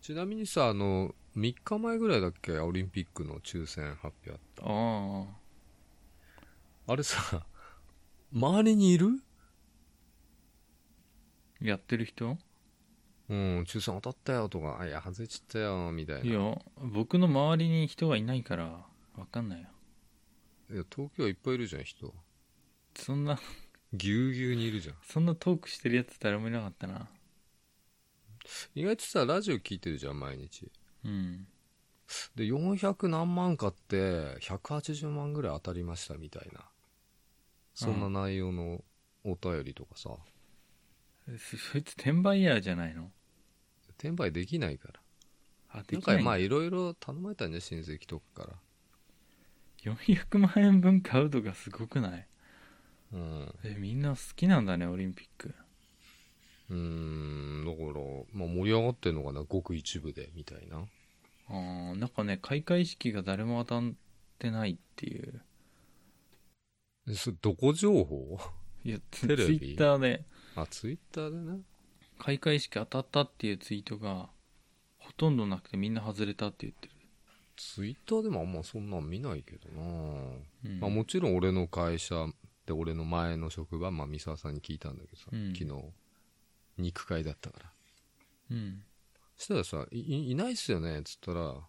ちなみにさ、あの、3日前ぐらいだっけ、オリンピックの抽選発表あった。ああれさ、 周りにいるあ。やってる人うん、抽選当たったよとか、あいや、外れちゃったよ、みたいな。いや、僕の周りに人がいないから、わかんないよ。いや東京はいっぱいいるじゃん、人。そんな、 ぎゅうぎゅうにいるじゃん。そんなトークしてるやつ誰もいなかったな。意外とさ、ラジオ聞いてるじゃん、毎日。うん。で、400何万買って、180万ぐらい当たりました、みたいな。そんな内容のお便りとかさ、そそいつ転売ヤーじゃないの転売できないから。あ、で今きな回い。まあいろいろ頼まれたんじゃん親戚とかか400万円分買うとかすごくないら。うん。え、みんな好きなんだね、オリンピック。うーん、だから、まあ盛り上がってんのかな、ごく一部で、みたいな。あーなんかね、開会式が誰も当たってないっていう。えそれどこ情報 いや、ツテレビツイッターで、あ、ツイッターでね。開会式当たったっていうツイートが、ほとんどなくてみんな外れたって言ってツイッターでもあんまそんなん見ないけどな、る。うんまあもちろん俺の会社で俺の前の職場、まあ三沢さんに聞いたんだけどさ、うん昨日、肉会だったから。うん。したらさ、いいないっすよねっつったら、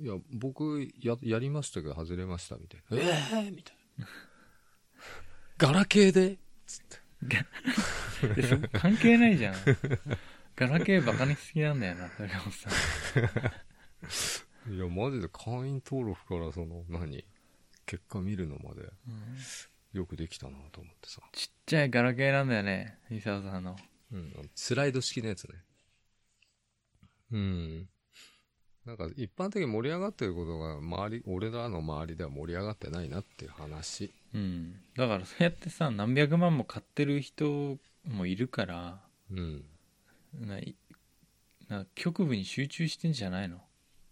いや、僕や、やりましたけど外れましたみたいな。ええみたい な。ガラケーでつって。でそこ関係ないじゃん。ガラケーバカにしすぎなんだよな、高本さん。いや、マジで会員登録からその、何結果見るのまでうんよくできたなと思ってさ。ちっちゃいガラケーなんだよね、伊沢さんの。うん。スライド式のやつね。うん。なんか一般的に盛り上がってることが周り、俺らの周りでは盛り上がってないなっていう話。うん。だからそうやってさ、何百万も買ってる人もいるから、うん。ないな局部に集中してんじゃないの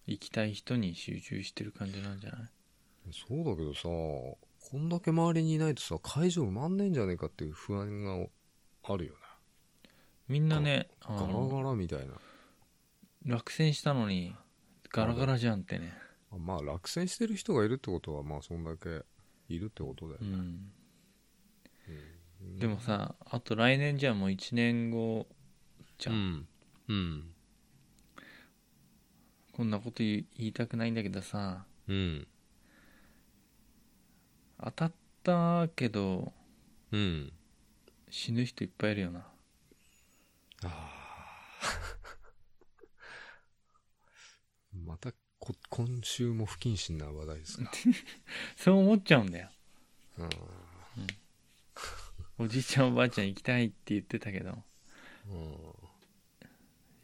行きたい人に集中してる感じなんじゃないそうだけどさ、こんだけ周りにいないとさ、会場埋まんねえんじゃねえかっていう不安があるよね。みんなね、あガラのガラみたいな。落選したのに、ガラガラじゃんってね。あまあ、落選してる人がいるってことは、まあ、そんだけいるってことだようね。ん。うんでも、さ、あと来年じゃもう1年後じうゃん。ん。うん。こんなこと言い言いたくないんだけどさ、うん。当たったけどうん。死ぬ人いっぱいいるよな。あーまたこ、今週も不謹慎な話題ですか。そう思っちゃうんだよ。うんおじいちゃんおばあちゃん行きたいって言ってたけど、うん。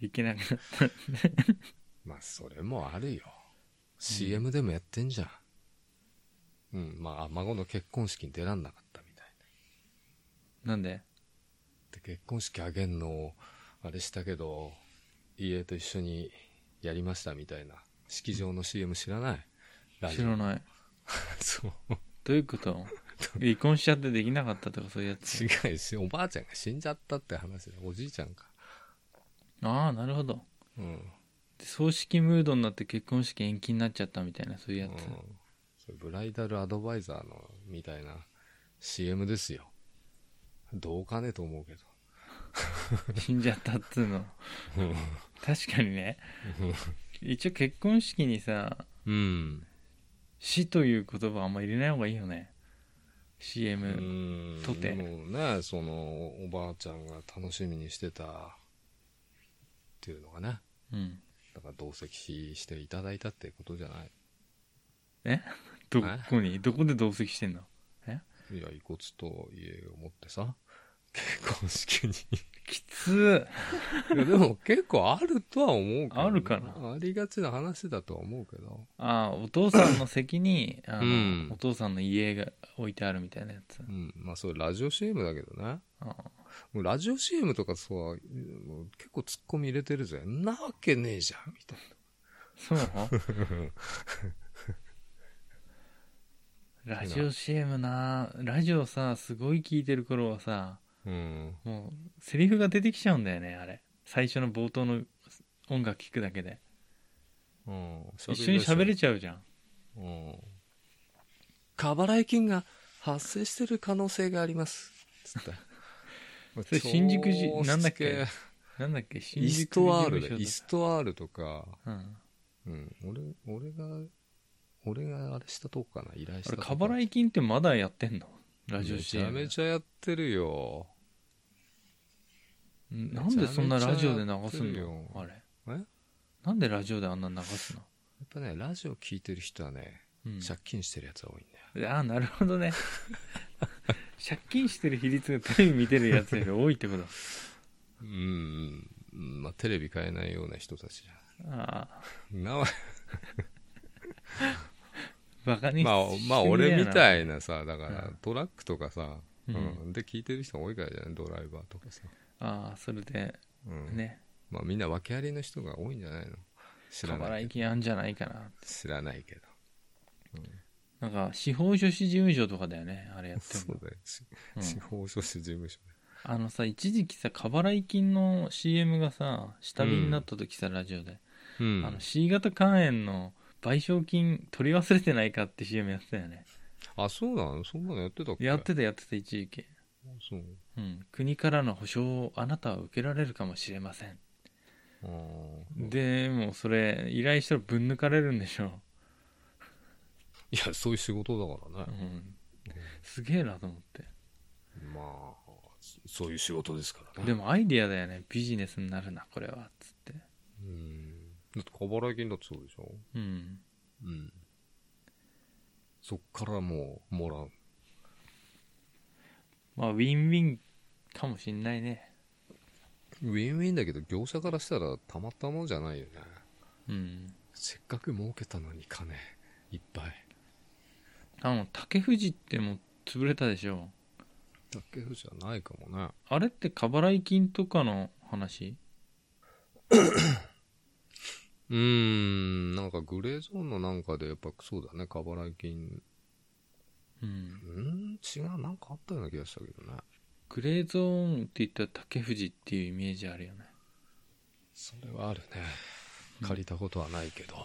行けなくなっまあ、それもあるよ。CM でもやってんじゃん。うん、まあ、孫の結婚式に出らんなかったみたいな。なんでで、結婚式あげんのを、あれしたけど、家と一緒にやりましたみたいな。式場の CM 知らないラジ知オらない。そう。どういうこと 離婚しちゃってできなかったとかそういうやつ。 違うし、おばあちゃんが死んじゃったって話だ。おじいちゃんか。ああ、なるほど。うん。で葬式ムードになって結婚式延期になっちゃったみたいな、そういううやんつ。それブライダルアドバイザーの、みたいな CM ですよ。どうかねと思う けど。死んじゃったっつうの。うん確かにね。一応結婚式にさ、うん。死という言葉あんま入れない方がいいよね。CM。うんとでてもねそのおばあちゃんが楽しみにしてたっていうのがねうん。だから同席していただいたってことじゃないどこにどこで同席してんのいや遺骨と家を持ってさ結婚式にきついやでも結構あるとは思うけどね、あるかなありがちな話だとは思うけどああお父さんの席にあうの、んお父さんの家が置いてあるみたいなやつうんまあそれラジオ CM だけどねあもうラジオ CM とかそうはもう結構ツッコミ入れてるぜんなわけねえじゃんみたいそう ラジオ CM なラジオさすごい聞いてる頃はさなうんもうセリフが出てきちゃうんだよねあれ最初の冒頭の音楽聴くだけでうん、一緒に喋れちゃうじゃんうん。過払い金が発生してる可能性があります。つって。 それ新宿じ超しつなんだっけなんだっけ新イス宿事トアー務ル所だとよかイストアールとか、うんうん、俺、俺が、俺があれしたとこかな、依頼しあたれとこ。過払い金ってまだやってんのラジオめちゃ CM めちゃやってるよ。うんなんでそんなラジオで流めちすゃめちゃやのってるあれえなんでラジオであんな流すのやっぱね、ラジオ聞いてる人はね、うん借金してるやつが多いんだよ。ああなるほどね 借金してる比率がテレビ見てるやつより多いってことうん、うん、まあ、テレビ買えないような人たちじああゃ ん。なわバカにまあ、ま あ、俺みたいなさ、だから、うんトラックとかさ、ううんんで、聞いてる人が多いからじゃないドライバーとかさ。ああそれでうんねまあ、みんな訳ありの人が多いんじゃないの知過らな払いい。金あんじゃないかな知らないけど。なんか司法書士事務所とかだよねあれやってそるうだよ。しの、司う法書士事務所ねん、あのさ一時期さ過払い金の CM がさ下火になった時さ、ラジオで、うんあの C 型肝炎の賠償金取り忘れてないかって CM やってたよねあ、そうなのそんなのやってたっけやってたやってた一時期そう。うん、国からの保証をあなたは受けられるかもしれません、あーでもそれ依頼したらぶん抜かれるんでしょ、いや、そういう仕事だからうね。ん、すげえなと思ってまあ、そそういう仕事ですからね。でもアイディアだよねビジネスになるなこれはっつってうん。だって、過払い金だってそうでしょうんうん。そっからもう、もらう。まあウィンウィンかもしんないねウィンウィンだけど業者からしたらたまったものじゃないよねうんせっかく儲けたのに金いっぱいあの竹藤ってもう潰れたでしょだけどじゃないかもねあれって過払い金とかの話うーんなんかグレーゾーンのなんかでやっぱそうだね過払い金うんうん違うなんかあったような気がしたけどねグレーゾーンって言ったら竹藤っていうイメージあるよねそれはあるね借りたことはないけど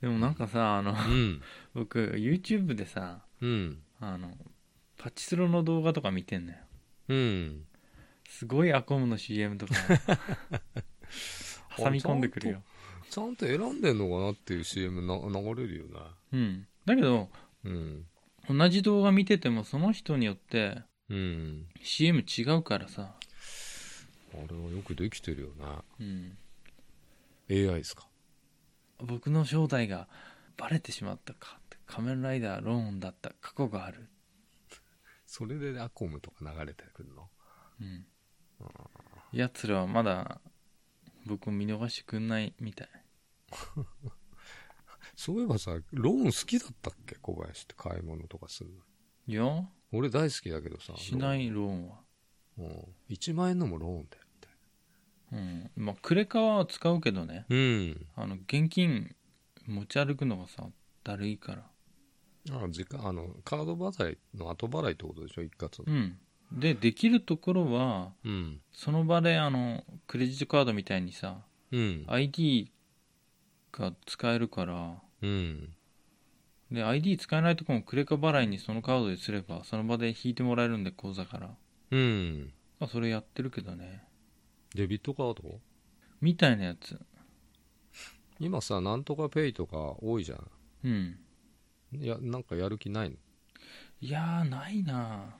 でもなんかさあの うん僕 YouTube でさうんあのパチスロの動画とか見てんのようんすごいアコムの CM とか 挟み込んでくるよちゃんと選んでんのかなっていう CM な流れるよねうんだけどうん同じ動画見ててもその人によってうん CM 違うからさあれはよくできてるようんね AI ですか僕の正体がバレてしまったかって仮面ライダーローンだった過去があるそれでアコムとか流れてくるのうんやつらはまだ僕を見逃してくんないみたいそういえばさ、ローン好きだったっけ小林って買い物とかするの。いや俺大好きだけどさ。しなロいローンはーン。うん。1万円のもローンだよって。うんまあクレカは使うけどねうん。あの現金持ち歩くのがさだるいからあ時間、あの、カード払いの後払いってことでしょ一括うの。んでできるところはうん。その場であのクレジットカードみたいにさうん。 ID が使えるからうん。で ID 使えないとこもクレカ払いにそのカードですればその場で引いてもらえるんで口座からうん。あそれやってるけどねデビットカードみたいなやつ今さ、なんとかペイとか多いじゃん。うんいや、なんかやる気ないのいやーないな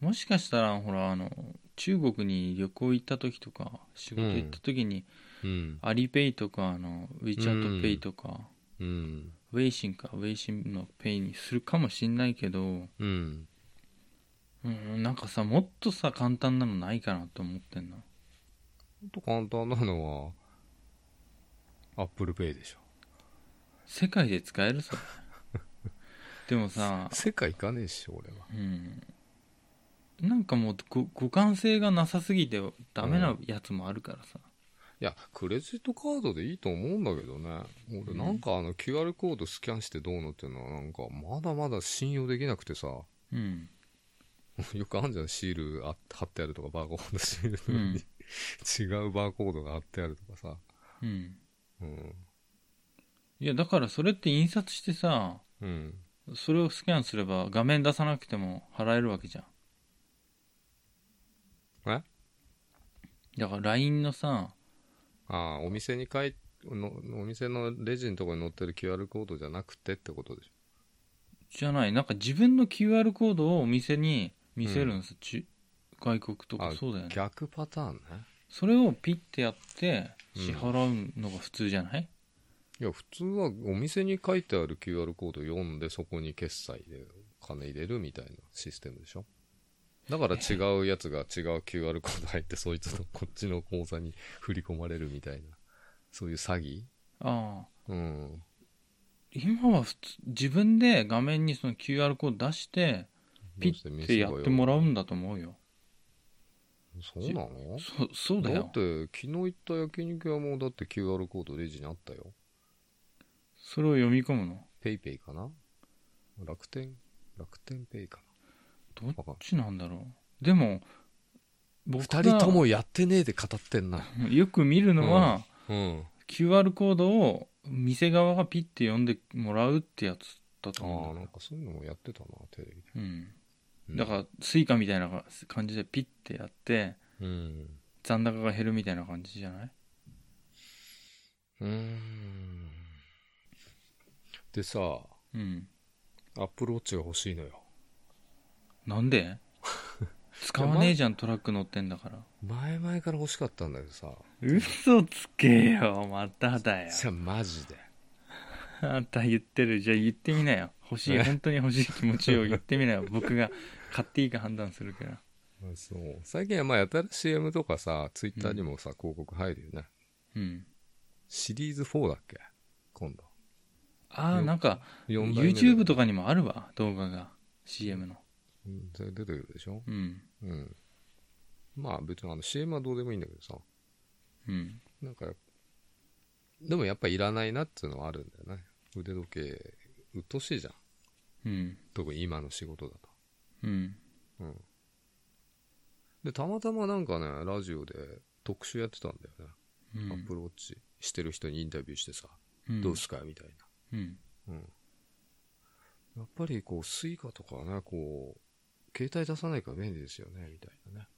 もしかしたらほらあの中国に旅行行った時とか仕事行った時に、うん。アリペイとかあのウィチャートペイとか、うん。ウェイシンかウェイシンのペイにするかもしんないけどうん。うんなんかさもっとさ簡単なのないかなと思ってんのほんと簡単なのは、アップルペイでしょ。世界で使え るさでもさ、世界行かねえし、俺は。うん、なんかもうご互換性がなさすぎてダメなやつもあるからさ、いや、クレジットカードでいいと思うんだけどね。俺なんかあの QR コードスキャンしてどうのっていうのはなんかまだまだ信用できなくてさ。 うんよくあるじゃん、シールあ貼ってあるとかバーコードシール うの上んに、違うバーコードが貼ってあるとかさ。うん。うん。いや、だからそれって印刷してさ、うん。それをスキャンすれば画面出さなくても払えるわけじゃん。えだから LINE のさ、ああ、お店に書いの、お店のレジのところに載ってる QR コードじゃなくてってことでしじゃない、なんか自分の QR コードをお店に見せるんです、ち外国とかあそうだよょ。ね。逆パターンね。それをピッてやってうん支払うのが普通じゃない、いや、普通はお店に書いてある QR コード読んで、そこに決済で金入れるみたいなシステムでしょだから違うやつが違う QR コード入って、そいつのこっちの口座に振り込まれるみたいな、そういう詐欺ああ。うん。今は普通自分で画面にその QR コード出してピッてやってもらうんだと思うよそうなのそそうだだよって、昨日行った焼肉屋もだって QR コードレジにあったよ。それを読み込むのペイペイかな楽天楽天ペイかどっなわかんないちなんだろうでも僕が二人ともやってねえで語ってんな。よく見るのは、うん。 QR コードを店側がピッて読んでもらうってやつだと思あうあ、んだなんかそういうのもやってたな、テレビで。うん、うんだからスイカみたいな感じでピッてやってうん。残高が減るみたいな感じじゃない、うーん。でさ、うん、アップルウォッチが欲しいのよ。な んで使わねえじゃんトラック乗ってんだから前々から欲しかったんだけどさ。嘘つけよまただよじゃあマジで。また言ってるじゃあ言ってみなよ欲しいえ本当に欲しい気持ちを言ってみなよ僕が買っていいか判断するからあそう。最近はまあやたら CM とかさ、ツイッターにもさ、広告入るよね。うんシリーズ4だっけ今度。ああよなんか4代目で YouTube とかにもあるわ動画が CM のうんそれ出てくるでしょうんうん。まあ別にあの CM はどうでもいいんだけどさ。うんなんか、でもやっぱいらないなっていうのはあるんだよね。腕時計、うっとしいじゃん。うん特に今の仕事だと。うんうん。で、たまたまなんかね、ラジオで特集やってたんだよね。うんアップローチしてる人にインタビューしてさ、うんどうすかみたいな。うんうん。やっぱりこう、スイカとかはね、こう、携帯出さないから便利ですよね、みたいなね。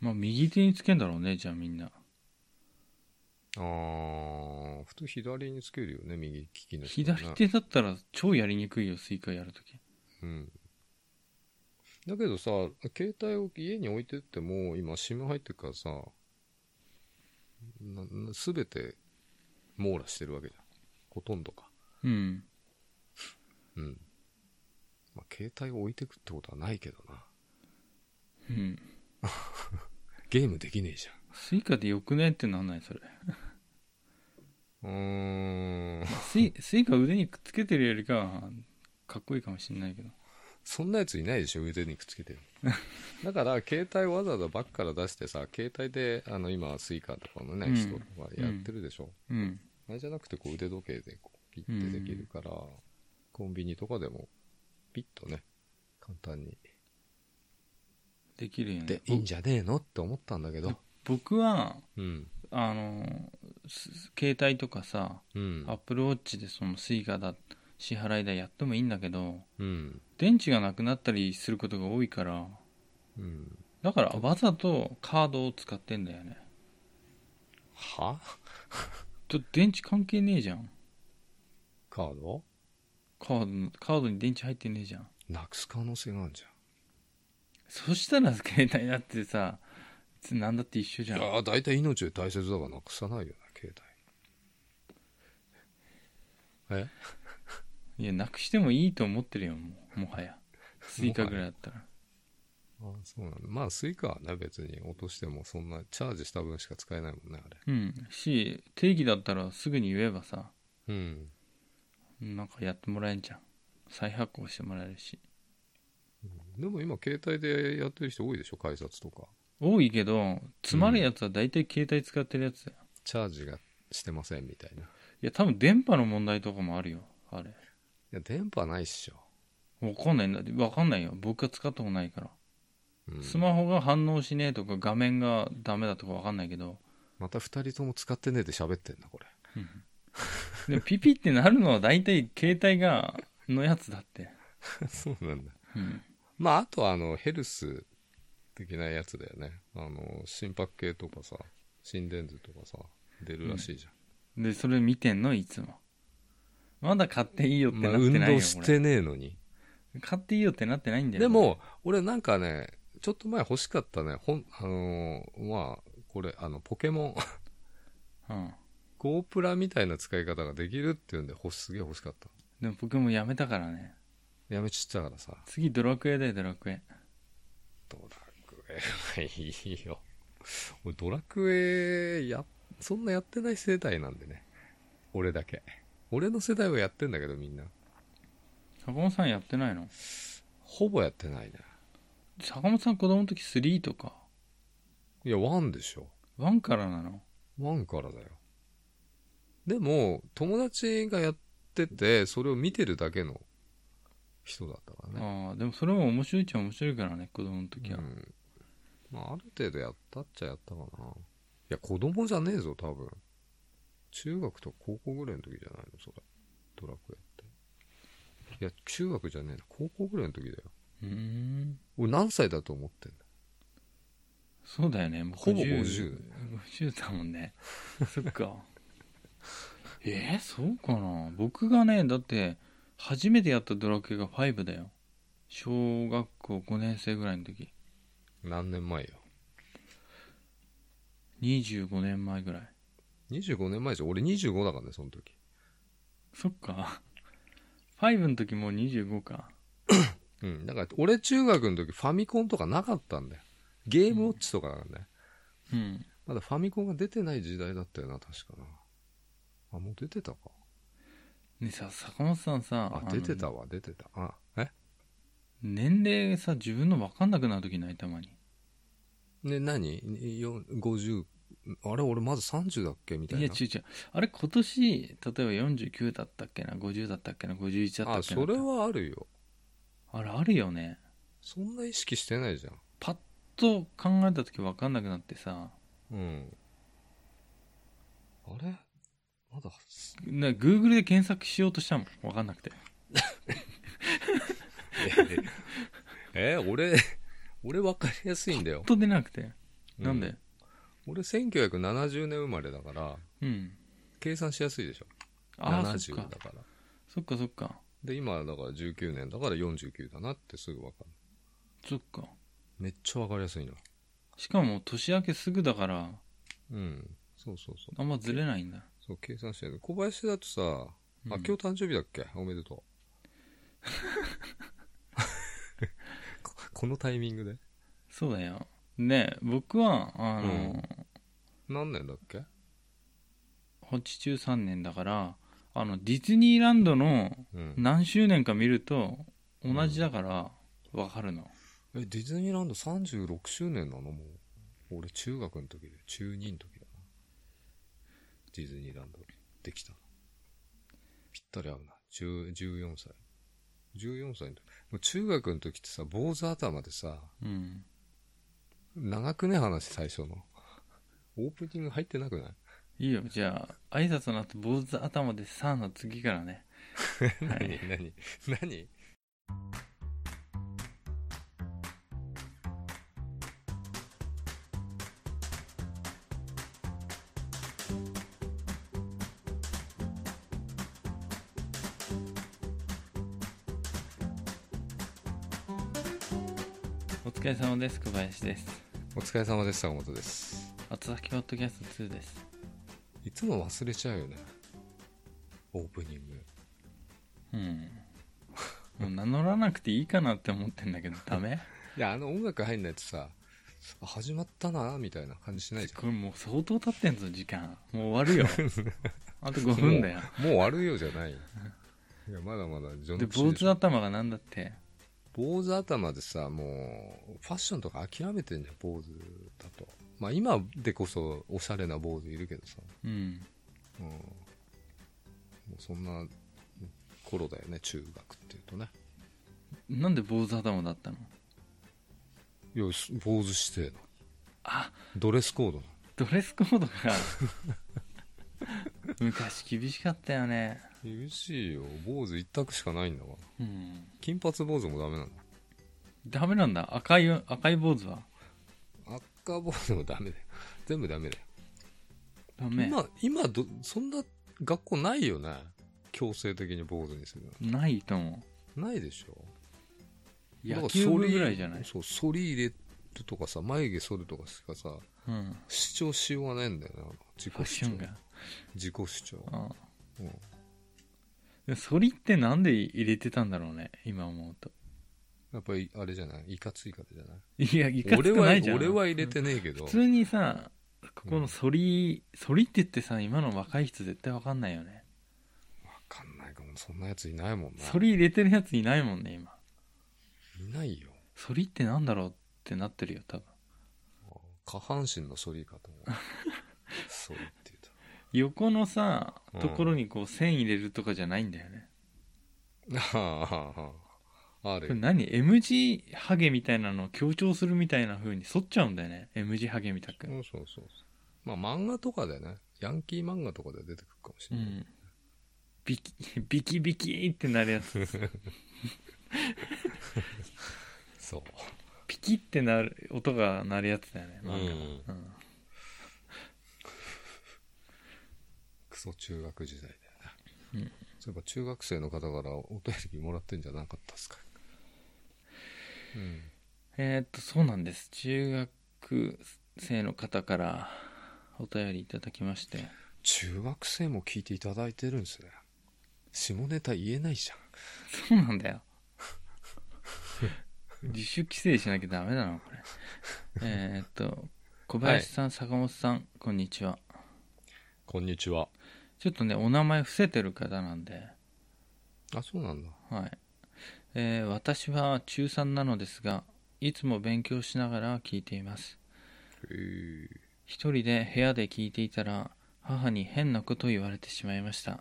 まあ右手につけんだろうねじゃあみんなあー、普通左につけるよね、右利きの人、ね。左手だったら超やりにくいよスイカやるときうん。だけどさ、携帯を家に置いてっても、今 SIM 入ってるからさ、ななすべて網羅してるわけじゃん。ほとんどか。うんうん。まあ、携帯を置いてくってことはないけどな。うんゲームできねえじゃん。スイカでよくねってなんないそれうーん。スイスイカ腕にくっつけてるよりかはかっこいいかもしれないけど そんなやついないでしょ、腕にくっつけてる。 だから、携帯わざわざバッグから出してさ、携帯で、あの、今、スイカとかのね、うん人とかやってるでしょ。うんあれじゃなくて、こう、腕時計で、こう、ピッてできるから、コンビニとかでも、ピッとね、簡単に。できるよねで、いいんじゃねえのって思ったんだけど。ぼ僕はうん。あのす携帯とかさうんアッ。プルウォッチでそのスイカだ支払いだやってもいいんだけどうん。電池がなくなったりすることが多いからうん。だからわざとカードを使ってんだよねはと電池関係ねえじゃんカードカードカードに電池入ってねえじゃんなくす可能性があるじそしたら携帯だってさ何だって一緒じゃゃん。んいやー、大体命で大切だからなくさないよな、携帯。えいやなくしてもいいと思ってるよもうもはやスイカぐらいだったらあそうなんだ。まあ、スイカはね、別に落としても、そんな、チャージした分しか使えないもんね、あれ。うんし定義だったらすぐに言えばさうん。なんかやってもらえんじゃん再発行してもらえるしでも今、携帯でやってる人多いでしょ、改札とか。多いけど詰まるやつは大体携帯使ってるやつだよ、チャージがしてませんみたいな。いいや多分電波の問題とかもあるよあれや、電波ないっしょ。わかんないんだわかんないよ僕が使ったことないから、うんスマホが反応しねえとか画面がダメだとかわかんないけどまた二人とも使ってねえで喋ってんな、これ。 うんでもピピってなるのは大体携帯がのやつだって、そうなんだ。うん、まあ、あとはあの、ヘルス的なやつだよね。あの、心拍計とかさ、心電図とかさ、出るらしいじゃん。でそれ見てんのいつもまだ買っていいよってまあ、なって運ないよ、動してねえのに。これ買っていいよってなってないんだよでも、俺なんかね、ちょっと前欲しかったね、ほん、あのーまあ、これ、あの、ポケモン、 うん、ゴープラみたいな使い方ができるっていうんで、ほしすげえ欲しかった。でも僕もやめたからねやめちゃったからさ、次ドラクエだよドラクエドラクエはいいよ。俺ドラクエや、そんなやってない世代なんでね。俺だけ。俺の世代はやってんだけどみんな。坂本さんやってないのほぼやってないね。坂本さん子供の時3とかいや、1でしょ。 1からなの1からだよ。でも、友達がやってて、それを見てるだけの人だったからね。ああでもそれも面白いっちゃ面白いからね子供の時は、うん。まあ、ある程度やったっちゃやったかな。いや、子供じゃねえぞ、多分。中学とか高校ぐらいの時じゃないの、それ。ドラクエって。いや、中学じゃねえな。高校ぐらいの時だよ。うーん俺何歳だと思ってんだ。そうだよねもうほぼ50 50だもんね そっかえー、そうかな僕がねだって初めてやったドラクエが5だよ小学校5年生ぐらいの時何年前よ。 25年前ぐらい25年前じゃん。俺25だからね、その時。そっか5の時もう25かうん。だから、俺中学の時ファミコンとかなかったんだよ。ゲームウォッチとかだからね。うんまだファミコンが出てない時代だったよな、確かな。あ、もう出てたか。ねさ坂本さんさあ、の出てたわ、出てた。あ、え年齢さ自分の分かんなくなる時ないたまにね、何よ ?50、あれ俺まず30だっけみたいな。いや違う違うあれ今年例えば49だったっけな50だったっけな51だったあ、っけなそれはあるよ。あれあるよねそんな意識してないじゃん。パッと考えた時分かんなくなってさうん。あれまだ、 な Google で検索しようとしたもん分かんなくてええ、俺、俺分かりやすいんだパよッ。と出なくて なんうで俺1970年生まれだから、うん、計算しやすいでしょ。ああそ70っだかから。そっかそっかで、今だから19年だから49だなってすぐ分かる。そっかめっちゃ分かりやすいな。しかも年明けすぐだからうん。そうそうそう。あんまずれないんだそう、計算してる。小林だとさ、あ、う今ん日誕生日だっけおめでとう。こ このタイミングでそうだよね僕はあの、うん何年だっけ83年だからあのディズニーランドのうん。何周年か見ると同じだから分かるの、え、ディズニーランド36周年なのもう。俺中学の時で、中2の時だな。ディズニーランドできたの。ぴったり合うな。10 14歳。14歳の時。もう中学の時ってさ、坊主頭でさ、うん、長くね話最初の。オープニング入ってなくないいいよじゃあ挨拶の後坊主頭で「さ」の次からね 何何何お疲れ様です小林ですお疲れ様でした、本です。後先ポッドキャスト2ですいつも忘れちゃうよね。オープニング。うんもう名乗らなくていいかなって思ってんだ けどダメいや、あの音楽入んないとさ、あ始まったな、みたいな感じしないじこれもう相当経ってんぞ時間もう終わ るよあと5分だよゃん。もう悪いようじゃないよ。いや、まだまだ序での口坊でし主ょ頭がなんだって坊主頭でさ、もう、ファッションとか諦めてんじゃん、坊主だと。まあ今でこそおしゃれな坊主いるけどさ、うんうん。もうそんな頃だよね、中学っていうとね。なんで坊主頭だったのいや、す坊主指定の。あドレスコードなのドレスコ ードが昔厳しかったよね厳しいよ坊主一択しかないんだからうん金髪坊主もダメなダメなんだ赤い赤い坊主はの赤坊主もダメだよ全部ダメだよ、ダメ今今どそんな学校ないよね強制的に坊主にするないと思のないでしょうだから野球部ぐらいじゃないそう反り入れるとかさ眉毛剃るとかしかさうん主張しようがないんだよな自己ファッシ主ョン張が自己主張、うんうんで反りってなんで入れてたんだろうね今思うとやっぱりあれじゃないいかついからじゃないいやいかつ俺くはないじゃん俺は入れてねえけど普通にさここの反り、反りって言ってさ今の若い人絶対わかんないよねわかんないかもそんなやついないもんな反り入れてるやついないもんね今いないよ反りってなんだろうってなってるよ多分下半身の反りか と思う反りって言うと横のさうんところにこう線入れるとかじゃないんだよね、あああああるよこれ何 M 字ハゲみたいなのを強調するみたいな風に反っちゃうんだよね M 字ハゲみたくう、んそうそうそうまあ漫画とかでねヤンキー漫画とかで出てくるかもしうれない、ん、ビキビキビキってなるやつそうピキってなる音が鳴るやつだよねなんか、ううんクソ中学時代だようね、んそういえば中学生の方からお便りもらってんじゃなかったっすかうんえーっとそうなんです中学生の方からお便りいただきまして中学生も聞いていただいてるんですね下ネタ言えないじゃんそうなんだよ自主規制しなきゃダメだなこれえーっと小林さん、坂本さんこんにちはこんにちはちょっとねお名前伏せてる方なんであそうなんだはい、えー私は中3なのですがいつも勉強しながら聞いていますへえ一人で部屋で聞いていたら母に変なことを言われてしまいました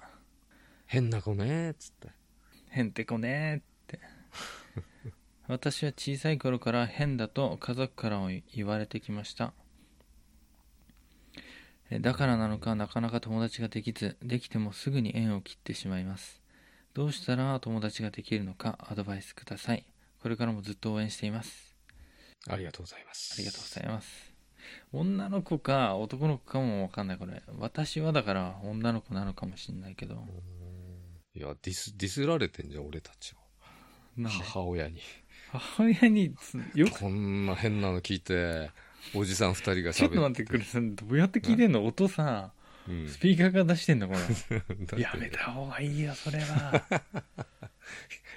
変な子ねーっつってへんてこねーって私は小さい頃から変だと家族からも言われてきましたえだからなのかなかなか友達ができずできてもすぐに縁を切ってしまいますどうしたら友達ができるのかアドバイスくださいこれからもずっと応援していますありがとうございますありがとうございます女の子か男の子かもわかんないこれ私はだから女の子なのかもしんないけどいやディスディスられてんじゃん俺たちなはんで 母親に母親につよくこんな変なの聞いておじさん二人がちょっと喋待ってくれさどうやって聞いてんの音さ うんスピーカー から出してんのこれだやってめた方がいいよそれ は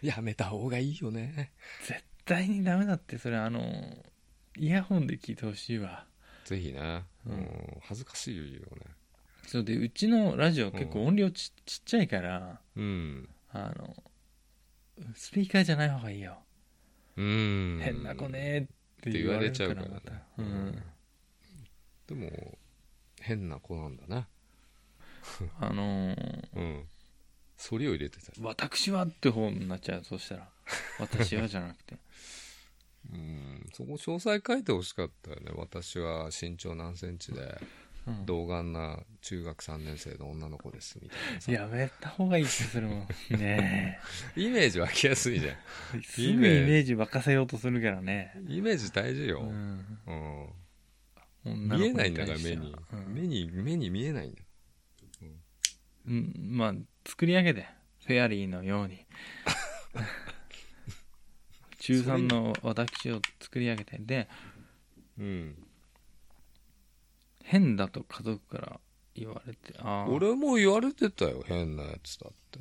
やめた方がいいよね絶対にダメだってそれあのイヤホンで聞いてほしいわぜひね、ううんん、恥ずかしいよねそうでうちのラジオ結構音量ち,、ちっちゃいからうんあのスピーカーじゃない方がいいよ、うん変な子ねーっってて言言わわれれちちゃゃううかかららねまた、うん、でも変な子なんだなあのーうん反りを入れてた私はって方になっちゃうそう したら私はじゃなくてうんそこ詳細書いてほしかったよね私は身長何センチでうん童顔な中学3年生の女の子ですみたいなさやめた方がいいってそれも ねえイメージ湧きやすいじゃすぐイメージ沸かせようとするからね。んイメージ大事よ、ううんん、女の見子えないんにだから対して目はに、うん目に目に見えないんだうん、まあ、作り上げで、フェアリーのよう に。中3の私を作り上げて、で、うん変だと家族から言われて、ああ、俺も言われてたよ変なやつだって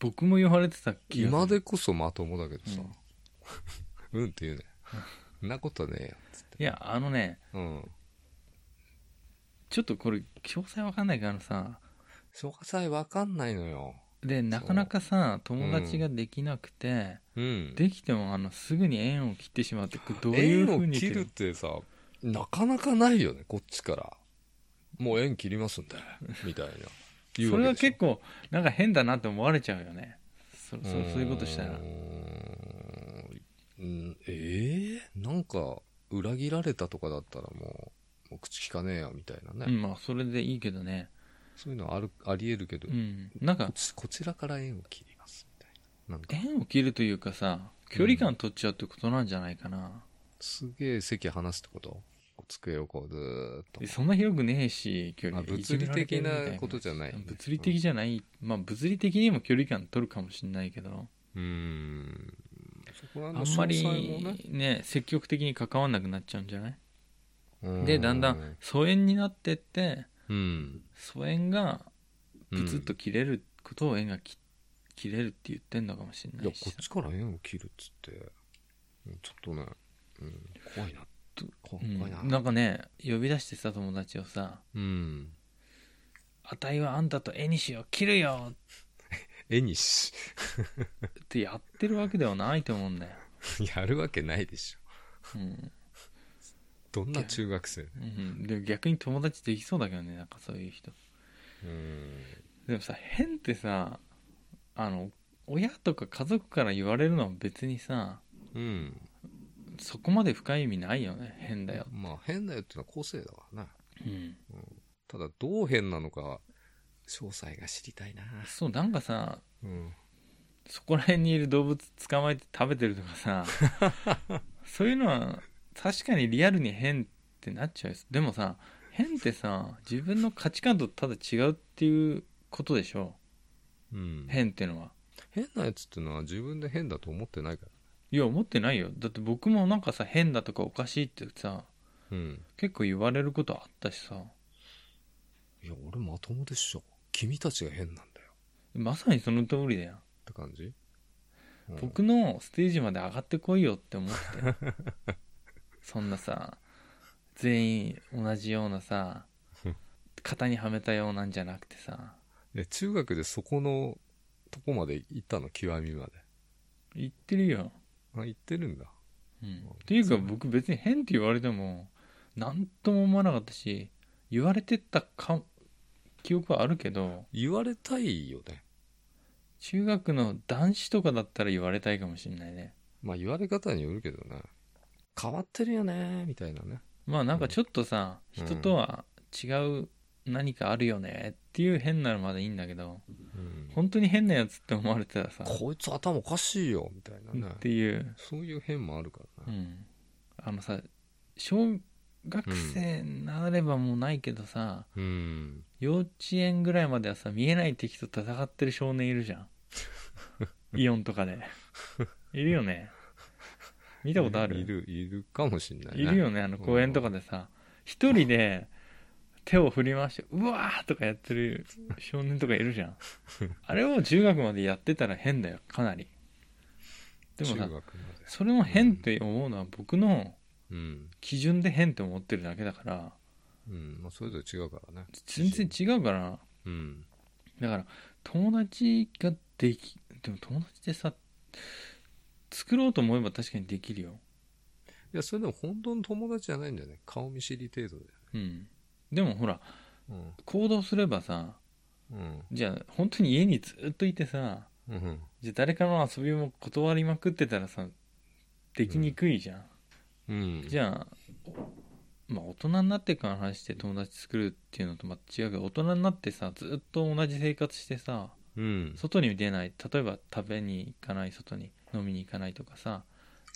僕も言われてた気がする今でこそまともだけどさうん、 うん、って言うね。んなことねえよ、つって。いや、あのね、うん。ちょっとこれ、詳細わかんないからさ、紹介さえわかんないのよ。で、なかなかさ、友達ができなくて、うん。できても、あの、すぐに縁を切ってしまうって、これどういう縁ふうをに言切ってるってさ、なかなかないよね、こっちから。もう縁切りますんで、みたいな。言うそわれはけでし結構なんか変だなって思われちゃうよねそそょそういうことしたらうーんうんええなんか、裏切られたとかだったらもう、もう口利かねえよみたいなね、うん、まあそれでいいけどね、そういうのはあるありえるけど、うこん、なんかちこちらから縁を切りますみたいななんか縁を切るというかさ距離感取っちゃうってことなんじゃないかな、すげえ席離すってことこう机をこうずーっとでそんな広くねえし距離あ物理的なことじゃない物理的じゃない、まあ物理的にも距離感取るかもしれないけどうーんそこはあのんま詳り細もねね積極的に関わんなくなっちゃうんじゃないうんでだんだん疎遠になってってうん疎遠がうんピツッと切れることを縁がき切れるって言ってんのかもしれいなやいこしさっちから縁を切るっつってうんちょっとね、うん、怖いなとこう怖いな、ん、なんかね呼び出してさ友達をさうん「あたいはあんたと絵にしよう切るよ」絵にしってやってるわけではないと思うんだよ、やるわけないでしょうんどんな中学生うん、でも逆に友達できそうだけどねなんかそういう人うんでもさ変ってさあの親とか家族から言われるのは別にさうんそこまで深い意味ないよね変だよ、まあ変だよってのは個性だからなうん、ただどう変なのか詳細が知りたいなそうなんかさうんそこら辺にいる動物捕まえて食べてるとか さそういうのは確かにリアルに変ってなっちゃうよでもさ変ってさ自分の価値観とただ違うっていうことでしょうん変ってのは変なやつってのは自分で変だと思ってないかいや思ってないよだって僕もなんかさ変だとかおかしいってさらうん結構言われることあったしさいや俺まともでしょ君たちが変なんだよまさにその通りだよ、って感じ、うん僕のステージまで上がってこいよって思ってたよ そんなさ全員同じようなさ型にはめたようなんじゃなくてさえ中学でそこのとこまで行ったの極みまで言ってるよ、あ行ってるんだうん、っていうか僕別に変って言われても何とも思わなかったし言われてたか記憶はあるけど言われたいよね中学の男子とかだったら言われたいかもしれないねまあ言われ方によるけどね変わってるよねみたいなねまあなんかちょっとさ、うん人とは違う何かあるよねっていう変なのまでいいんだけどうん本当に変なやつって思われたらさこいつ頭おかしいよみたいなねっていう、そういう変もあるからうね、ん、あのさ小学生になればもうないけどさ、うん、幼稚園ぐらいまではさ見えない敵と戦ってる少年いる じゃんイオンとかでいるよね見見たことあるいるいるかもしんない、ね、いるよねあの公園とかでさ一人で手を振り回してうわーとかやってる少年とかいるじゃんあれを中学までやってたら変だよかなりでも中さ学までそれも変って思うのは僕のうん、基準で変って思ってるだけだからうんまあ、それぞれ違うからね全然違うからうんだから友達ができでも友達でさ作ろうと思えば確かにできるよいやそれでも本当の友達じゃないんだよね顔見知り程度でうんでもほらうん行動すればさうんじゃあ本当に家にずっといてさうんじゃあ誰かの遊びも断りまくってたらさできにくいじゃん、うんじゃあまあ大人になってから話して友達作るっていうのとまた違うけど大人になってさずっと同じ生活してさうん外に出ない例えば食べに行かない外に飲みに行かないとかさ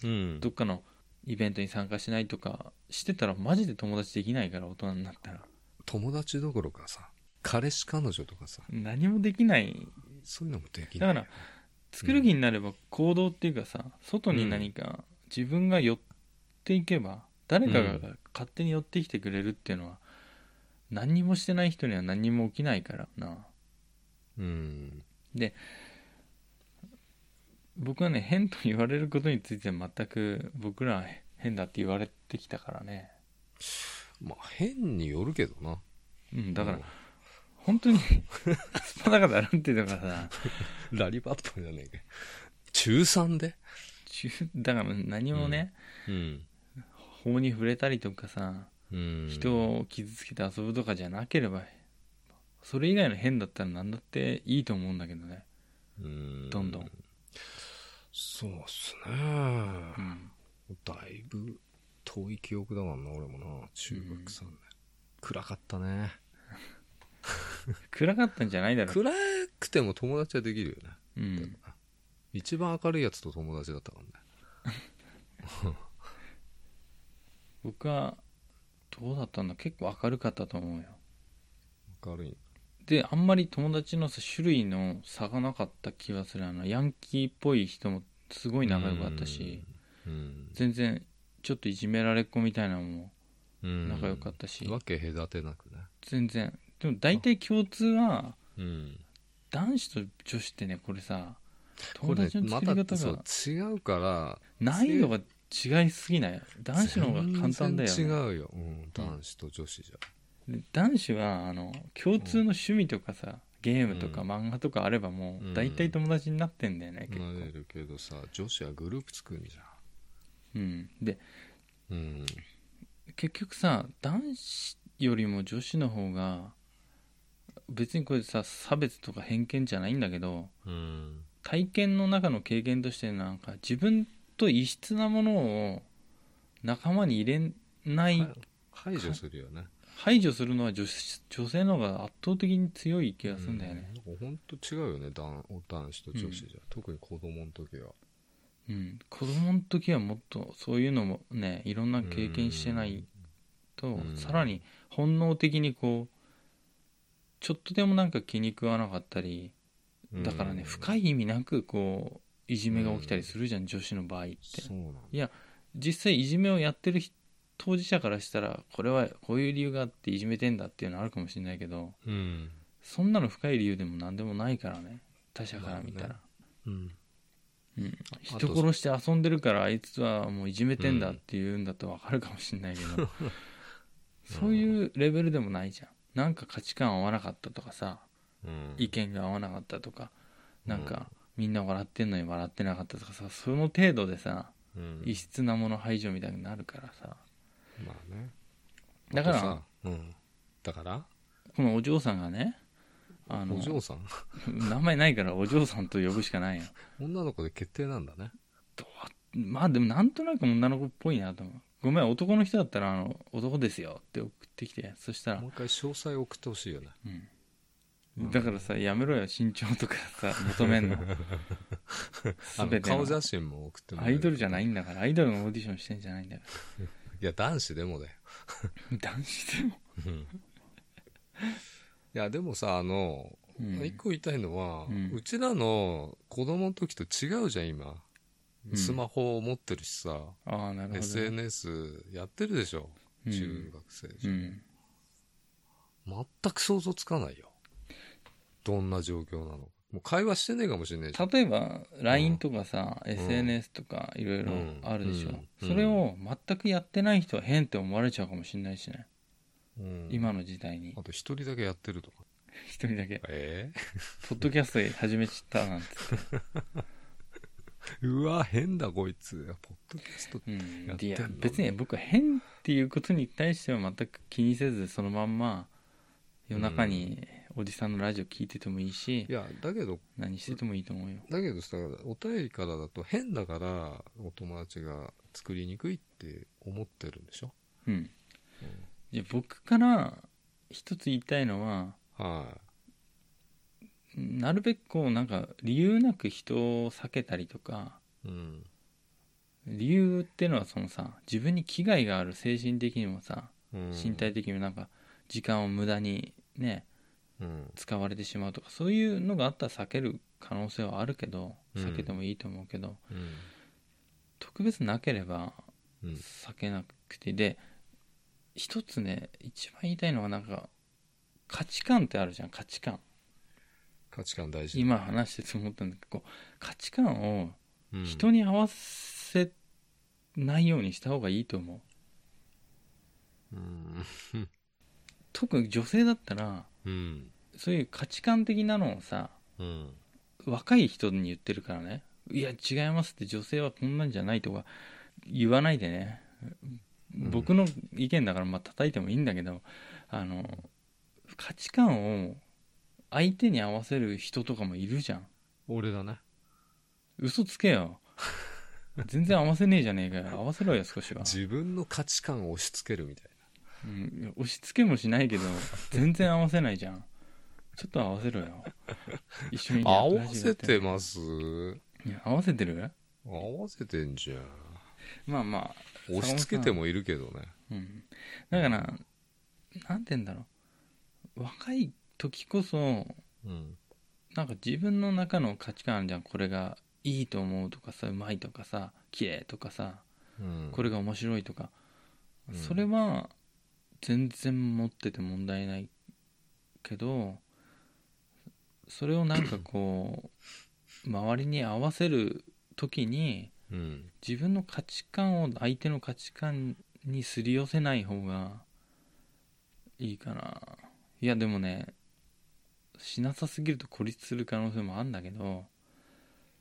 うんどっかのイベントに参加しないとかしてたらマジで友達できないから大人になったら友達どころかさ彼氏彼女とかさ何もできないそういうのもできだなかいら作る気になれば行動っていうかさ外に何か自分が寄っていけば誰かうが勝手に寄ってきてくれるっていうのは何にもしてない人には何にも起きないからなうん僕はね変と言われることについては全く僕らは変だって言われてきたからねまあ変によるけどなうんだから本当にスパだかだなんていうのがさうんラリバットじゃねえか中3で中だから何もねうん法に触れたりとかさうん人を傷つけて遊ぶとかじゃなければそれ以外の変だったら何だっていいと思うんだけどねうんどんどん、そうっすね、うんだいぶ遠い記憶だからな俺もな中学3年、暗かったね。暗かったんじゃないだろう。暗くても友達はできるよね。うん。一番明るいやつと友達だったからね。僕は、どうだったんだ結構明るかったと思うよ。明るい。で、あんまり友達のさ種類の差がなかった気がする。あの、ヤンキーっぽい人もすごい仲良かったし、うん。全然、ちょっといじめられっ子みたいなのもうん仲良かったし、わけ隔てなくね。全然。でも大体共通は、うん。男子と女子ってね、これさ、こ友れね達のま作りた方がそう違うから、難易度が違いすぎない男子の方が簡単だよ、ね、全然違うよ、うん、男子と女子じゃ、で男子はあの共通の趣味とかさ、ゲームとかうん漫画とかあればもうんう大体友達になってんだよね、なれ結構、るけどさ女子はグループ作るじうん、でゃんうん結局さ男子よりも女子の方が別にこれさ差別とか偏見じゃないんだけどうん体験の中の経験としてなんか自分と異質なものを仲間に入れない、は排除するよね排除するのは女子女性の方が圧倒的に強い気がするんだよね、うん、なんかほんと違うよね男男子と女子じゃ、特に子供の時はうん、子供の時はもっとそういうのもねいろんな経験してないと、うんさらに本能的にこうちょっとでもなんか気に食わなかったりだからね、深いい意味なくこういじめが起きたりするじゃん、女子の場合ってそうなんだ実際いじめをやってる人当事者からしたらこれはこういう理由があっていじめてんだっていうのあるかもしれないけどうん、そんなの深い理由でも何でもないからね他者から見たら、まうん、うん、あと人殺して遊んでるからあいつはもういじめてんだって言うんだとわかるかもしれないけど、そういうレベルでもないじゃんなんか価値観合わなかったとかさうん、意見が合わなかったとかなんかみんな笑ってんのに笑ってなかったとかさその程度でさうん異質なもの排除みたいになるからさまあねだかあとらさうんだからこのお嬢さんがねあのお嬢さん名前ないからお嬢さんと呼ぶしかないよ女の子で決定なんだねまあでもなんとなく女の子っぽいなと思うごめん男の人だったらあの男ですよって送ってきてそしたらもう、一回詳細送ってほしいよねうん、だからさやめろよ身長とかさ求め んのあ全のての顔写真も送ってもらアえるイドルじゃないんだからアイドルのオーディションしてんじゃないんだかいや男子でもだよら男子でも、いやでもさあの、うん一個言いたいのは、ううんちらの子供の時と違うじゃん今うんスマホを持ってるしさ、ああなるほど SNS やってるでしょうん中学生、うん全く想像つかないよどんな状況なのかもう会話してねえかもしれないじゃん例えば LINE とかさ、SNS とかいろいろあるでしょ、うんうんそれを全くやってない人は変って思われちゃうかもしれないしね、うん今の時代にあと一人だけやってるとか一人だけえポッドキャスト始めちゃったなんて、えうわ変だこいつポッドキャストう やん、っいてんのや別に僕は変っていうことに対しては全く気にせずそのまんま夜中におじさんのラジオ聞いててもいいしい、やだけど何しててもいいと思うよだけどさ、お便りからだと変だからお友達が作りにくいって思ってるんでしょうんじゃあ僕から一つ言いたいのははなるべくこうなんか理由なく人を避けたりとかい。うん。理由っていうのはそのさ自分に危害がある精神的にもさうん身体的にもなんか時間を無駄にねうん。使われてしまうとかそういうのがあったら避ける可能性はあるけどうん避けてもいいと思うけど、うん。特別なければうん避けなくて、で一つね一番言いたいのはなんか価値観ってあるじゃん価値観価値観大事。今話してて思ったんだけどこう価値観をうん、人に合わせないようにした方がいいと思ううん。特に女性だったらうん。そういう価値観的なのをさうん。若い人に言ってるからねいや違いますって女性はこんなんじゃないとか言わないでねん僕の意見だからまあ叩いてもいいんだけどあの価値観を相手に合わせる人とかもいるじゃん俺だね。嘘つけ よ全然合わせねえじゃねえかよ合わせろよ少しは自分の価値観を押し付けるみたいうん、いや押し付けもしないけど全然合わせないじゃんちょっと合わせろよ一緒に合わせてますす合わせてる合わせてんじゃん。まあまあ押し付けてもいるけどね。うんだからなんて言うんだろう若い時こそうん。なんか自分の中の価値観あるじゃんこれがいいと思うとかさうまいとかさ綺麗とかさうん、これが面白いとか、うんそれは全然持ってて問題ないけどそれをなんかこ う周りに合わせる時にうん。自分の価値観を相手の価値観にすり寄せない方がいいかないやでもねしなさすぎると孤立する可能性もあるんだけど、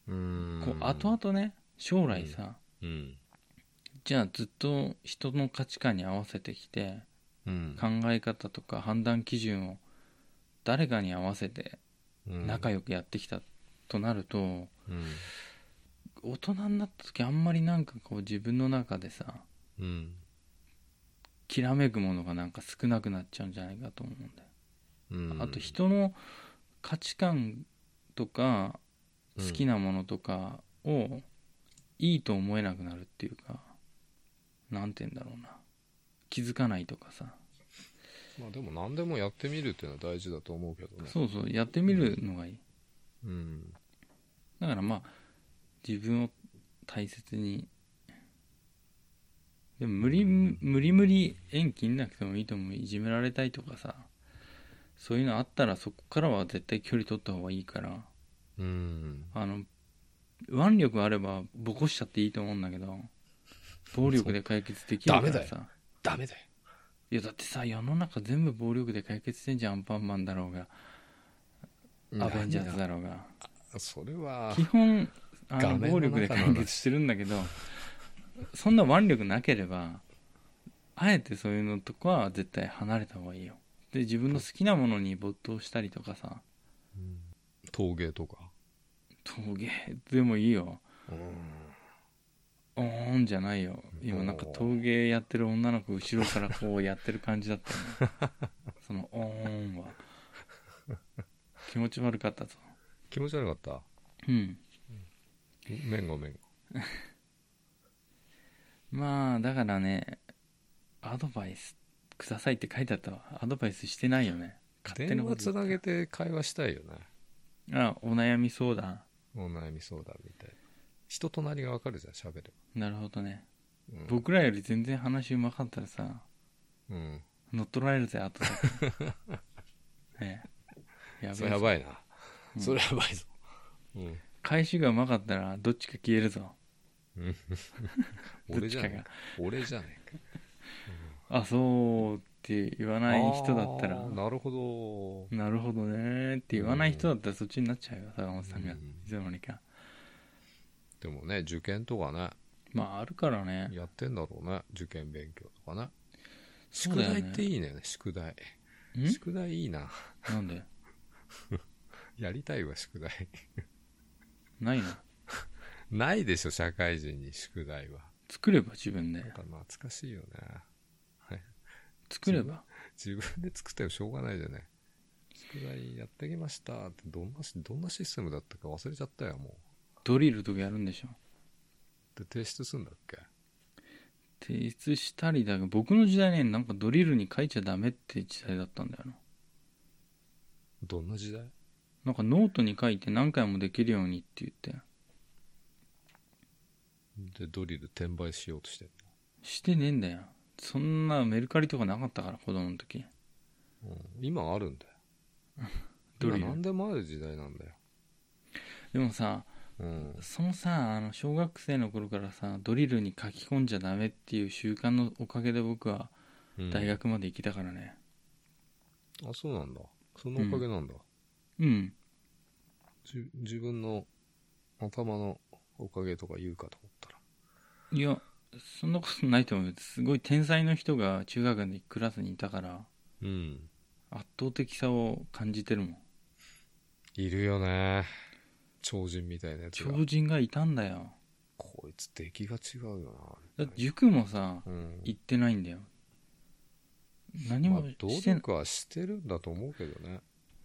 うん。こう後々ね将来さ、うん。じゃあずっと人の価値観に合わせてきてうん。考え方とか判断基準を誰かに合わせてうん仲良くやってきたとなると、うん。大人になった時あんまりなんかこう自分の中でさうん。きらめくものがなんか少なくなっちゃうんじゃないかと思うんだよ、うんあと、人の価値観とか好きな。なものとかをいいと思えなくなるっていうかなんて言うんだろうな気づかないとかさまあでも何でもやってみるっていうのは大事だと思うけどね。そうそうやってみるのがいい、うん。だからまあ自分を大切にでも無理無理無理縁切んなくてもいいと思ういじめられたいとかさそういうのあったらそこからは絶対距離取った方がいいからうん。あの腕力あればボコしちゃっていいと思うんだけど暴力で解決できるかそうダらメださダメだよ。いやだってさ世の中全部暴力で解決してんじゃんアンパンマンだろうがアベンジャーズだろうがそれは基、本あ画の面の暴力で解決してるんだけどそんな腕力なければあえてそういうのとかは絶対離れた方がいいよで自分の好きなものに没頭したりとかさ陶芸とか。陶芸でもいいようん。おーんじゃないよ今なんか陶芸やってる女の子後ろからこうやってる感じだったよ ねそのおーんは気持ち悪かったぞ気持ち悪かったうん麺ごめん。まあだからねアドバイスくださいって書いてあったわアドバイスしてないよね勝手電なこ話つとなげて会話したいよね。あお悩み相談お悩み相談みたいな。人となりがわかるじゃん、喋る。なるほどねうん、僕らより全然話うまかったらさうん。乗っ取られるぜあと でねえやそべれえやばいな。うんそれやばいぞ。うん。返しがうまかったらどっちか消えるぞどっ俺ちじゃかねがえか。俺じゃねえか。あそうって言わない人だったらあーなるほなるほどねって言わない人だったらそっちになっちゃうよ坂本さんがいうんつの間にかど。でもね、受験とかね、まああるからねやってんだろうね。受験勉強とかね。そ宿うだよ題ねっていいね、宿題。ん宿題いいな。 なんでやりたいわ、宿題。 ないのないでしょ、社会人に宿題は。作れば自分でなんか懐かしいよね。作れば自分で作ってもしょうがないじゃね。宿題やってきましたって、どんなし、どんなシステムだったか忘れちゃったよ、もドリルとかやるんでしょう。で、提出すんだっけ提出したりだけど僕の時代ねなんかドリルに書いちゃダメって時代だったんだよなどんな時代なんかノートに書いて何回もできるようにって言ってで、ドリル転売しようとしてんしてねえんだよそんなメルカリとかなかったから子供の時のうん、今あるんだよ。 ド今リ何ルでもある時代なんだよ。でもさうん。そのさあの小学生の頃からさドリルに書き込んじゃダメっていう習慣のおかげで僕はうん大。学まで行きたからねあ、そうなんだ。そのおかげなんだ。うんじ自分の頭のおかげとか言うかと思ったら。いやそんなことないと思うすごい天才の人が中学のクラスにいたからうん。圧倒的さを感じてるもんいるよね。超人みたいなやつが。超人がいたんだよこいつ出来が違うよな。だって塾もさうん。行ってないんだよ何まあも努してない力はしてるんだと思うけどね。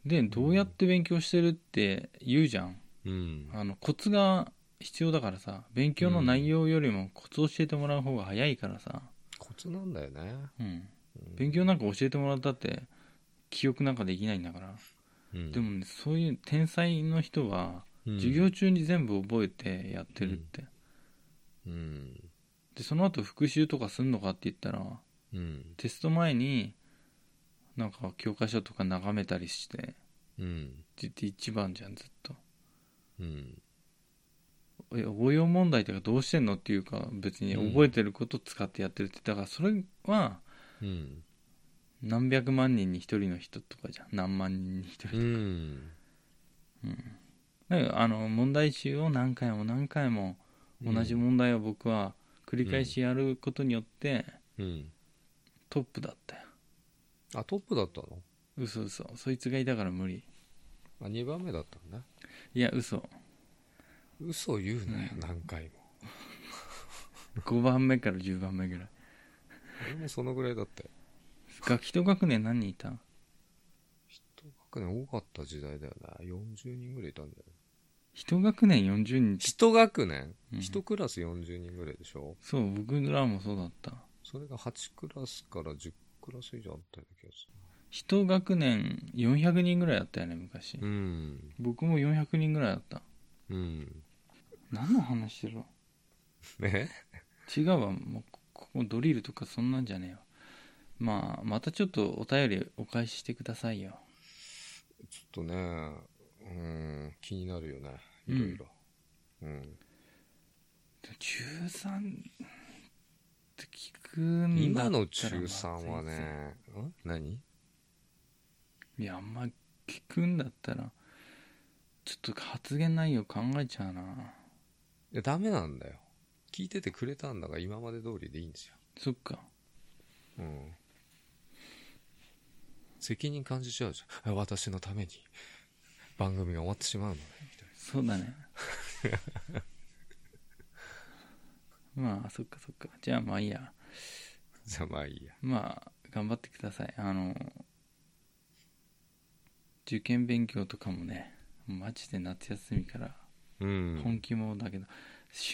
でどうやって勉強してるって言うじゃんうん。あのコツが必要だからさ勉強の内容よりもコツを教えてもらう方が早いからさ、コツなんだよね。うん、うん勉強なんか教えてもらったって記憶なんかできないんだから、うんでもねそういう天才の人はうん授業中に全部覚えてやってるって、うん。でその後復習とかすんのかって言ったらうん。テスト前になんか教科書とか眺めたりしてうん。じ一番じゃんずっとうん。え応用問題とかどうしてんのっていうか別に覚えてること使ってやってるってだからそれはうん。何百万人に一人の人とかじゃん何万人に一人、うん。だからあの問題集を何回も何回も同じ問題を僕は繰り返しやることによってうん。トップだったよあ、トップだったの嘘嘘そいつがいたから無理あ、2番目だったんだ。いや嘘嘘言うなよ、何回も。 5番目から10番目ぐらい俺もそのぐらいだったよ。学期と学年何人いた一学年多かった時代だよな。40人ぐらいいたんだよ。一学年40人って一学年うん一クラス40人ぐらいでしょそう僕らもそうだったそれが8クラスから10クラス以上あったような気がす一学年400人ぐらいだったよね昔、る。うん。僕も400人ぐらいだったうん。何の話してるのね違うわもうこここドリルとかそんなんじゃねえよまあまたちょっとお便りお返ししてくださいよちょっとね、うん、気になるよね。うんいろいろ。うん。 13って聞くんだっ今たらの中3はまあ全ね、ん何然いやあんま聞くんだったらちょっと発言内容考えちゃうないや、ダメなんだよ。聞いててくれたんだから今まで通りでいいんですよ。そっかうん。責任感じちゃうじゃん。あ私のために番組が終わってしまうのね。みたいそうだね まあそっかそっかじゃあまあいいやなじゃあまあいいや。まあ頑張ってくださいあの受験勉強とかもねマジで夏休みからう本ん。気もだけど、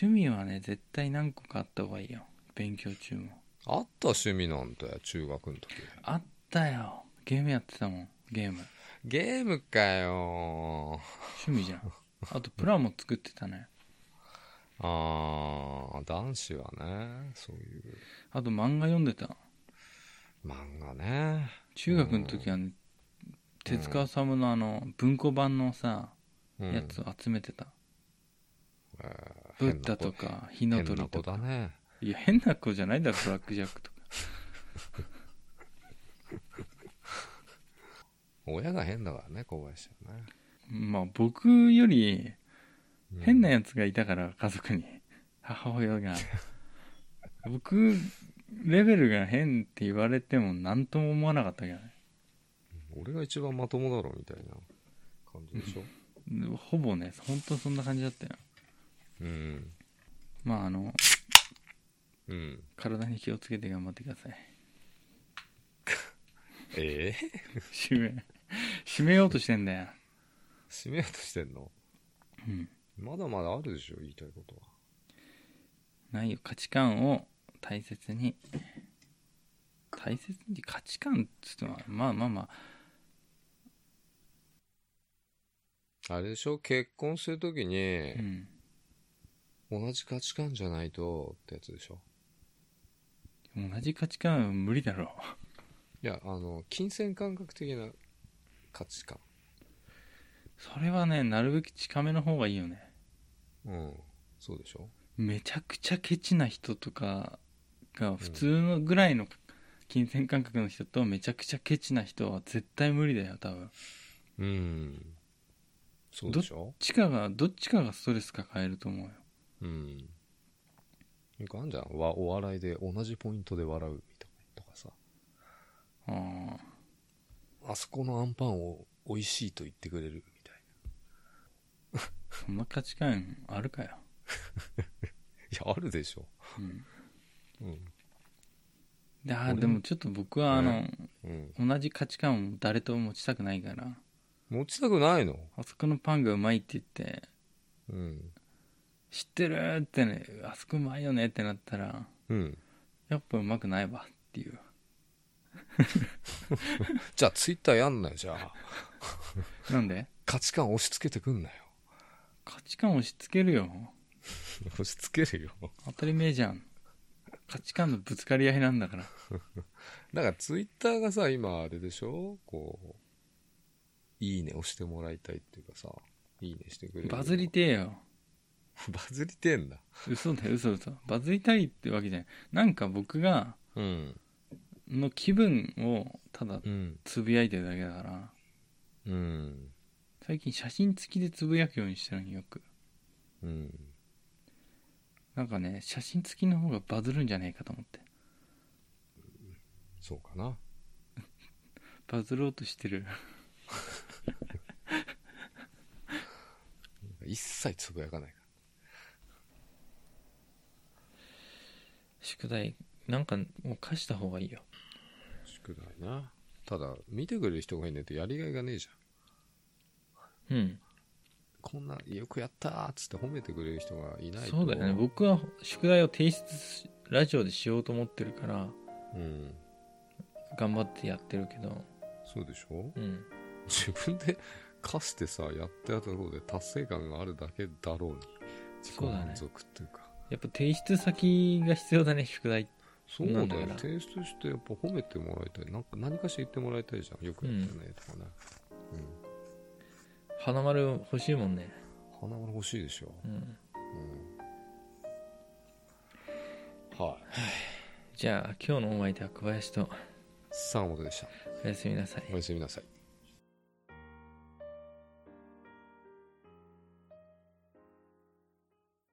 趣味はね絶対何個かあった方がいいよ勉強中もあった趣味なんて、中学の時。あったよゲームやってたもんゲームゲームかよ趣味 じゃんあとプラも作ってたねあー、男子はね、そういう。あと漫画読んでた漫画ね。中学の時はね、手塚治虫のあの文庫版のさ、うんやつを集めてたえーブッダとか火の変な鳥子とだかね。いや変な子じゃないだろブラックジャックとか親が変だからね、小林はね。まあ僕よりうん変なやつがいたから家族に 母親が僕レベルが変って言われても何とも思わなかったけど俺が一番まともだろ、みたいな感じでしょ。ねほぼね本当そんな感じだったようん。まああのうん。体に気をつけて頑張ってください ええ締め締めようとしてんだよ締めようとしてんのうんまだまだあるでしょ、言いたいことは。ないよ価値観を大切に大切に価値観っつってもまあまあまああれでしょ、結婚するときにう、ん同じ価値観じゃないと、ってやつでしょ。同じ価値観は無理だろいや、あの、金銭感覚的な価値観。うそれはねなるべく近めの方がいいよねうん。そうでしょめちゃくちゃケチな人とかが普通のぐらいの金銭感覚の人とめちゃくちゃケチな人は絶対無理だよ多分どっうん。そうでしょちかがどっちかがストレス抱えると思うようん。よくあんじゃん。わお笑いで同じポイントで笑うみたいなとかさ。ああそこのアンパンを美味しいと言ってくれるみたいあそんな価値観あるかよ、な。いや、あるでしょ。うん、うん。であーでもちょっと僕はあの、うん。同じ価値観を誰とも持ちたくないから持ちたくないのあそこのパンがうまいって言ってうん。知ってるってねあそこうまいよねってなったらうん。やっぱうまくないわっていうじゃあ、ツイッターやんなよ、じゃあ。なんで価値観押し付けてくんなよ。 価値観押し付けるよ押し付けるよ。当たり前じゃん価値観のぶつかり合いなんだからだからツイッターがさ、今あれでしょこう、いいね押してもらいたいっていうかさ、いいねしてくれる。バズり。てえよバズりてんだ。嘘だよ嘘嘘バズりたいってわけじゃないなんか僕がうん。の気分をただうん。つぶやいてるだけだからうん。最近写真付きでつぶやくようにしてるのよくうん。なんかね写真付きの方がバズるんじゃないかと思ってそうかな。バズろうとしてる一切つぶやかないか宿題なんかもう貸した方がいいよら。宿題な。ただ、見てくれる人がいないとやりがいがねえじゃん。うんこんな、よくやったーっつって褒めてくれる人がいないと。そうだよね。僕は宿題を提出しラジオでしようと思ってるからうん。頑張ってやってるけどそうでしょうん自分で課してさ、やってやったところで達成感があるだけだろうに。自己そうだね満足っていうか。やっぱ提出先が必要だね宿題そうだよなんだから提出してやっぱ褒めてもらいたいなんか何かしら言ってもらいたいじゃんよくやったよねとかね、花丸欲しいもんねうん花丸欲しいでしょ、うんうん、はいじゃあ今日のお相手は小林と坂本でしたおやすみなさいおやすみなさい